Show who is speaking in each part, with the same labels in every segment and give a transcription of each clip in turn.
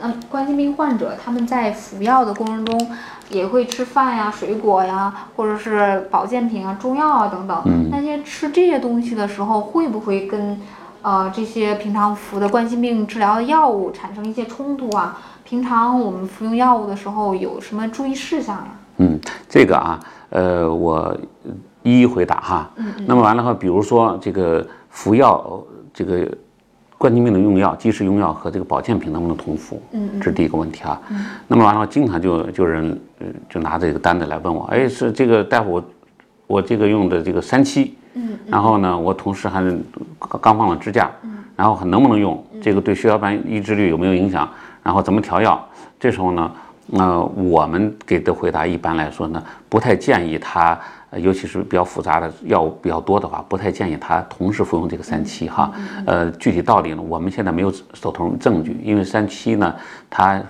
Speaker 1: 嗯，冠心病患者他们在服药的过程中，也会吃饭呀、水果呀，或者是保健品啊、中药啊等等。
Speaker 2: 嗯
Speaker 1: 那些吃这些东西的时候，会不会跟呃这些平常服的冠心病治疗的药物产生一些冲突啊？平常我们服用药物的时候有什么注意事项啊呀？
Speaker 2: 嗯，这个啊，呃，我一一回答哈。
Speaker 1: 嗯嗯
Speaker 2: 那么完了后，比如说这个服药，这个冠心病的用药、即时用药和这个保健品能不能同服？
Speaker 1: 嗯嗯
Speaker 2: 这是第一个问题啊。那么完了后，经常就就人呃就拿这个单子来问我，哎，是这个大夫，我我这个用的这个三七，
Speaker 1: 嗯
Speaker 2: 然后呢，我同时还是刚刚放了支架，然后能不能用？
Speaker 1: 嗯
Speaker 2: 这个对血小板抑制率有没有影响？然后怎么调药？这时候呢，呃，我们给的回答一般来说呢，不太建议他，呃尤其是比较复杂的药物比较多的话，不太建议他同时服用这个三七哈。呃，具体道理呢，我们现在没有手头证据，因为三七呢，它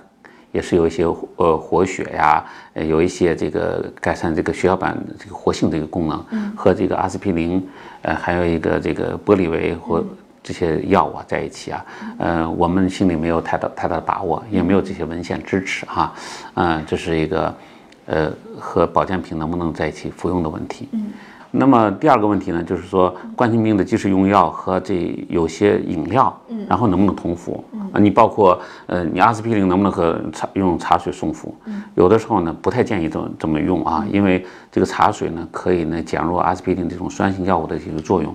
Speaker 2: 也是有一些呃活血呀、呃有一些这个改善这个血小板这个活性的一个功能，和这个阿司匹林，呃，还有一个这个玻利维或这些药啊在一起啊，呃，我们心里没有太大太大的把握，也没有这些文献支持哈，嗯、这是一个呃和保健品能不能在一起服用的问题。那么第二个问题呢，就是说冠心病的即时用药和这有些饮料，然后能不能同服？啊，你包括呃，你阿司匹林能不能和茶用茶水送服？有的时候呢，不太建议这么这么用啊，因为这个茶水呢，可以呢减弱阿司匹林这种酸性药物的一个作用。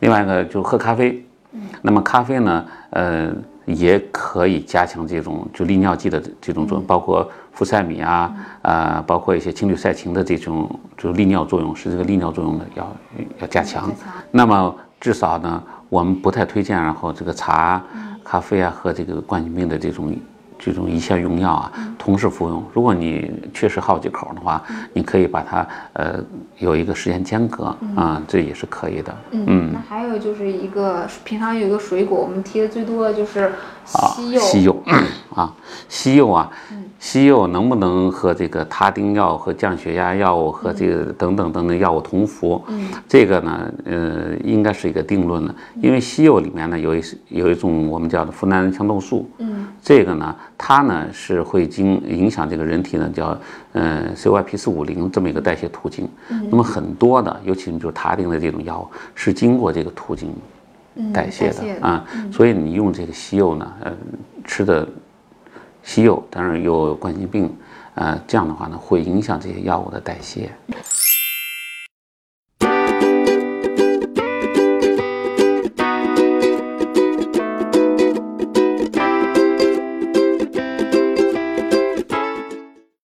Speaker 2: 另外一个就喝咖啡，那么咖啡呢，呃，也可以加强这种就利尿剂的这这种
Speaker 1: 嗯
Speaker 2: 作用，包括氟塞米啊，呃，包括一些氢氯噻嗪的这种就利尿作用，是这个利尿作用的要要加
Speaker 1: 加
Speaker 2: 强
Speaker 1: 强。
Speaker 2: 那么至少呢，我们不太推荐，然后这个茶、
Speaker 1: 嗯
Speaker 2: 咖啡啊和这个冠心病的这种。这种一项用药啊，
Speaker 1: 嗯
Speaker 2: 同时服用。如果你确实好几口的话，你可以把它呃有一个时间间隔啊、这也是可以的。
Speaker 1: 嗯，那还有就是一个平常有一个水果，我们提的最多的就是
Speaker 2: 啊，
Speaker 1: 西柚。
Speaker 2: 西柚啊，西柚啊，西柚能不能和这个他汀药和降血压药物和这个等等等等药物同服？这个呢，呃，应该是一个定论了，因为西柚里面呢有一有一种我们叫做呋喃香豆素，
Speaker 1: 嗯，
Speaker 2: 这个呢，它呢是会经影响这个人体呢叫呃 CYP 四五零这么一个代谢途径。那么很多的，尤其就是他汀的这种药物，是经过这个途径
Speaker 1: 嗯
Speaker 2: 代谢
Speaker 1: 代谢嗯
Speaker 2: 的啊、所以你用这个西柚呢，呃，吃的西柚，当然又有冠心病，呃，这样的话呢，会影响这些药物的代谢。